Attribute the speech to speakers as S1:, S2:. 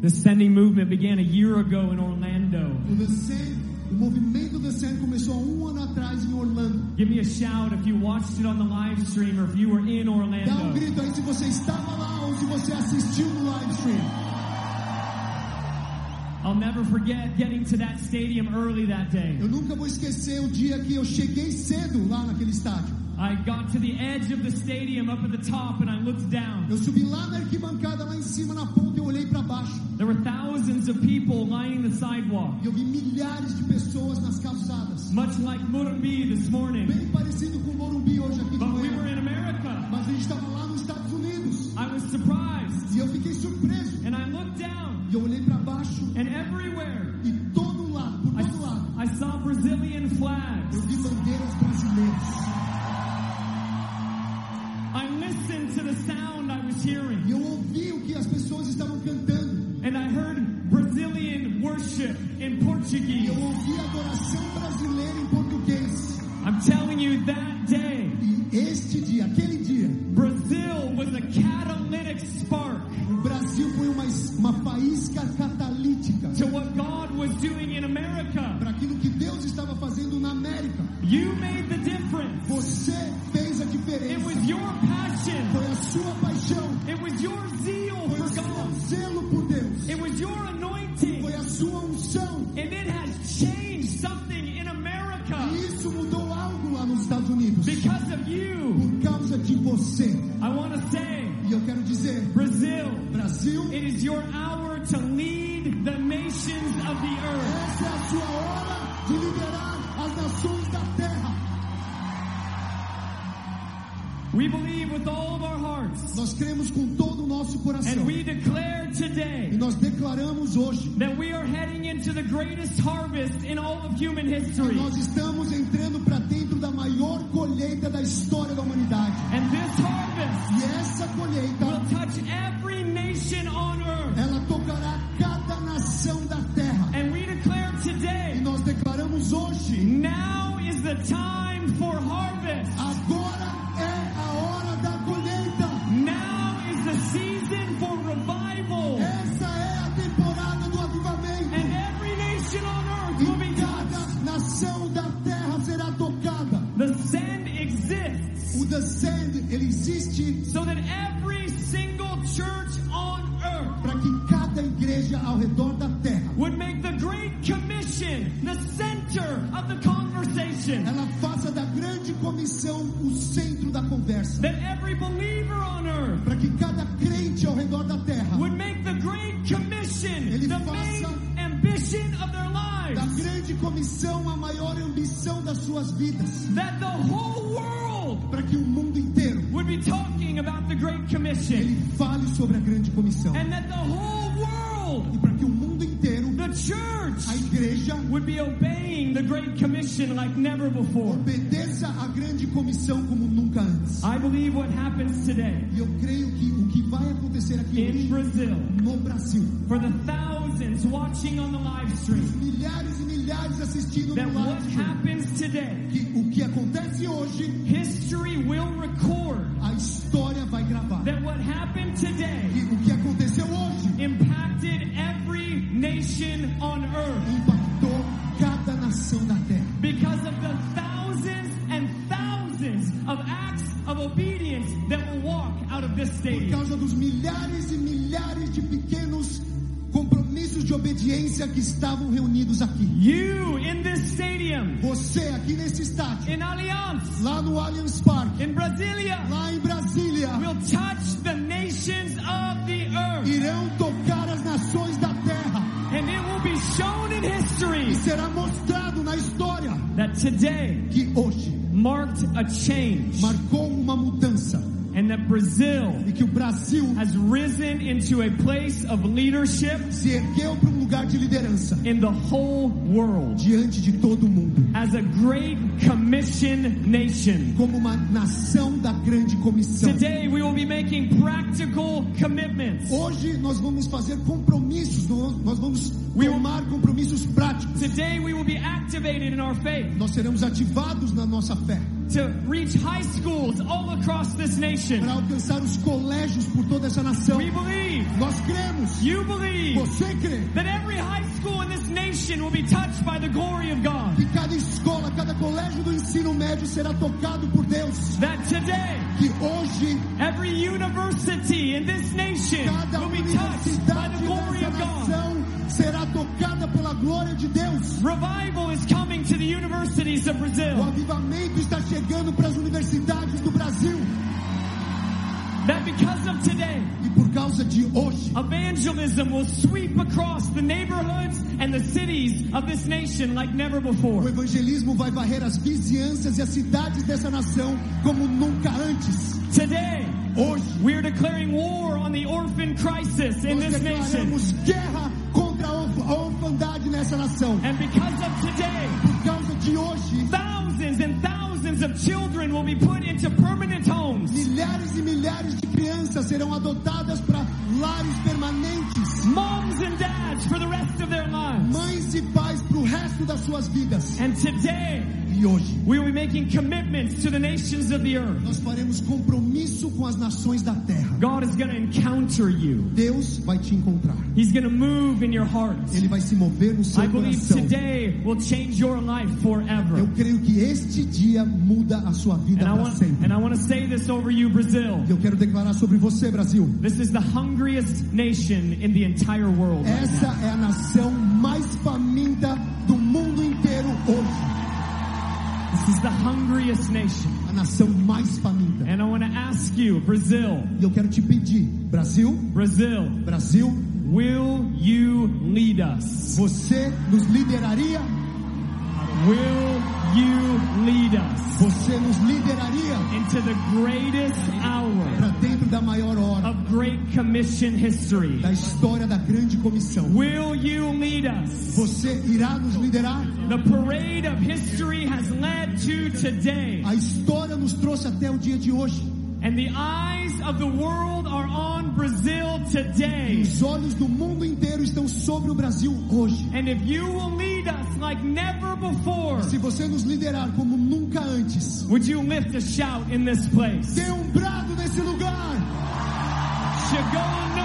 S1: The sending movement began a year ago in Orlando.
S2: O Descend, o movimento Descend começou há um ano atrás em Orlando.
S1: Give me a shout if you watched it on the live stream or if you were in
S2: Dá um
S1: Orlando.
S2: grito aí se você estava lá ou se você assistiu no live stream.
S1: I'll never forget getting to that stadium early that day.
S2: Eu nunca vou esquecer o dia que eu cheguei cedo lá naquele estádio.
S1: I got to the edge of the stadium up at the top and I looked down.
S2: Eu subi lá na arquibancada, lá em cima na ponta, eu olhei para baixo
S1: There were thousands of people lining the sidewalk,
S2: e eu vi milhares de pessoas nas calçadas.
S1: much like Murumbi this morning.
S2: Bem parecido com o Morumbi hoje aqui de
S1: But we were
S2: manhã.
S1: in America.
S2: Mas a gente estava lá nos Estados Unidos
S1: I was surprised
S2: e eu fiquei surpreso.
S1: and I looked down
S2: E eu olhei para baixo
S1: and everywhere
S2: e todo lado, por
S1: I,
S2: todo lado,
S1: I saw Brazilian flags.
S2: eu vi bandeiras brasileiras.
S1: I listened to the sound I was
S2: E
S1: hearing
S2: eu ouvi o que as pessoas estavam cantando.
S1: and I heard Brazilian worship in
S2: E eu
S1: Portuguese.
S2: ouvi a adoração brasileira em português.
S1: I'm telling you that day,
S2: E este dia, aquele dia,
S1: Brazil was a catalytic spark
S2: o Brasil foi uma, es- uma faísca catalítica
S1: to what God was doing in America.
S2: para aquilo que Deus estava fazendo na América.
S1: You made the difference.
S2: Você fez a
S1: It
S2: diferença.
S1: was your passion.
S2: Foi a sua paixão.
S1: It was your zeal
S2: Foi o
S1: for
S2: seu
S1: God.
S2: zelo por Deus.
S1: It was your anointing.
S2: Foi a sua unção.
S1: And it has changed something in
S2: E
S1: America
S2: isso mudou algo lá nos Estados Unidos.
S1: because of you.
S2: Por causa de você.
S1: I want to say,
S2: E eu quero dizer,
S1: Brazil,
S2: Brasil,
S1: it is your hour to lead the nations of the earth.
S2: essa é a sua hora de liderar as nações da terra.
S1: We believe with all of our hearts
S2: Nós cremos com todo o nosso coração.
S1: and we declare
S2: E
S1: today
S2: nós declaramos hoje
S1: that we are heading into the greatest harvest in all of human
S2: que
S1: history.
S2: nós estamos entrando para dentro da maior colheita da história da humanidade.
S1: And this harvest
S2: E essa colheita,
S1: will touch every nation on earth.
S2: ela tocará cada nação da terra.
S1: And we declare
S2: E
S1: today,
S2: nós declaramos hoje,
S1: now is the time for harvest.
S2: agora é a hora da colheita.
S1: Now is the season for revival.
S2: Essa é a temporada do avivamento.
S1: And every nation on earth will be
S2: E
S1: touched.
S2: cada nação da terra será tocada.
S1: The send exists
S2: O descend, ele existe
S1: so that every single church on earth
S2: para que cada igreja ao redor da terra,
S1: would make the Great Commission the center of the conversation.
S2: ela faça da grande comissão o centro da conversa.
S1: That every believer on earth
S2: para que cada crente ao redor da terra,
S1: would make the Great Commission
S2: Ele
S1: the
S2: faça-
S1: main ambition of their
S2: da
S1: lives.
S2: grande comissão, a maior ambição das suas vidas,
S1: That the whole world
S2: para que o mundo inteiro
S1: would be talking about the Great
S2: ele
S1: Commission.
S2: fale sobre a grande comissão
S1: And that the whole world
S2: e para que o mundo inteiro,
S1: The
S2: a
S1: church
S2: igreja
S1: would be obeying the Great Commission like never before.
S2: obedeça a grande comissão como nunca antes.
S1: I believe what happens today
S2: E eu creio que o que vai acontecer aqui
S1: in
S2: hoje
S1: Brazil
S2: no Brasil,
S1: for the thousands watching on the live stream,
S2: milhares e milhares assistindo
S1: that
S2: no
S1: what
S2: live stream,
S1: happens today,
S2: que o que acontece hoje,
S1: history will record
S2: a história vai gravar.
S1: that what happened
S2: Que
S1: today
S2: o que aconteceu hoje
S1: impacted every nation on earth
S2: impactou cada nação da terra.
S1: because of the thousands and thousands of acts of obedience that will walk out of this
S2: por
S1: stadium.
S2: causa dos milhares e milhares de pequenos compromissos de obediência que estavam reunidos aqui.
S1: You in this stadium
S2: Você aqui nesse estádio,
S1: in Allianz,
S2: lá no Allianz Parque,
S1: in Brasilia,
S2: lá em Brasília,
S1: will touch the nations of the earth.
S2: irão tocar as nações da terra.
S1: And it will be shown in history
S2: Será mostrado na história
S1: that today
S2: que hoje
S1: marked a change
S2: marcou uma mudança
S1: and that Brazil
S2: e que o Brasil
S1: has risen into a place of leadership
S2: se ergueu para um lugar de liderança
S1: in the whole world
S2: diante de todo mundo,
S1: as a great commission nation.
S2: como uma nação da grande comissão.
S1: Today we will be making practical commitments.
S2: Hoje nós vamos fazer compromissos, no- nós vamos tomar compromissos práticos.
S1: Today we will be activated in our faith.
S2: Nós seremos ativados na nossa fé.
S1: to reach high schools all across this nation.
S2: para alcançar os colégios por toda essa nação.
S1: We believe,
S2: Nós cremos,
S1: you believe,
S2: você crê,
S1: that every high school in this nation will be touched by the glory of God.
S2: que cada escola, cada colégio do ensino médio será tocado por Deus.
S1: That today,
S2: Que hoje
S1: every university in this nation
S2: cada
S1: will be touched by
S2: universidade
S1: the glory
S2: dessa
S1: of God.
S2: nação será tocada pela glória de Deus.
S1: Revival is coming to the universities of
S2: O
S1: Brazil.
S2: avivamento está chegando para as universidades do Brasil.
S1: That because of today,
S2: E por causa de hoje,
S1: evangelism will sweep across the neighborhoods and the cities of this nation like never
S2: o
S1: before.
S2: evangelismo vai varrer as vizinhanças e as cidades dessa nação como nunca antes.
S1: Today,
S2: Hoje,
S1: we're declaring war on the orphan crisis in
S2: nós
S1: this nation.
S2: declaramos guerra contra a orf- a orfandade nessa nação.
S1: And because of today,
S2: Por causa de hoje,
S1: thousands and thousands of children will be put into permanent homes.
S2: milhares e milhares de crianças serão adotadas para lares permanentes.
S1: Moms and dads for the rest of their lives.
S2: Mães e pais para o resto das suas vidas.
S1: And today,
S2: E hoje,
S1: we will be making commitments to the nations of the earth.
S2: nós faremos compromisso com as nações da terra.
S1: God is going to encounter you.
S2: Deus vai te encontrar.
S1: He's going to move in your heart.
S2: Ele vai se mover no
S1: I
S2: seu
S1: believe
S2: coração.
S1: today will change your life
S2: Eu
S1: forever.
S2: creio que este dia muda a sua vida
S1: And I
S2: para
S1: want and
S2: sempre.
S1: I want to say this over you Brazil.
S2: E eu quero declarar sobre você, Brasil.
S1: This is the hungriest nation in the entire world.
S2: Essa é a nação mais faminta do mundo inteiro hoje.
S1: This is the hungriest nation.
S2: A nação mais faminta.
S1: And I want to ask you, Brazil,
S2: E eu quero te pedir, Brasil,
S1: Brazil,
S2: Brasil,
S1: will you lead us?
S2: você nos lideraria?
S1: Will you lead us
S2: Você nos lideraria
S1: into the greatest hour
S2: para dentro da maior hora
S1: of great commission history?
S2: da história da grande comissão.
S1: Will you lead us?
S2: Você irá nos liderar?
S1: The parade of history has led to today,
S2: A história nos trouxe até o dia de hoje.
S1: and the eyes of the world are on Brazil today.
S2: Os olhos do mundo inteiro estão sobre o Brasil hoje.
S1: And if you will lead us like never before,
S2: Se você nos liderar como nunca antes,
S1: would you lift a shout in this place?
S2: dê um brado nesse lugar.
S1: Chegou a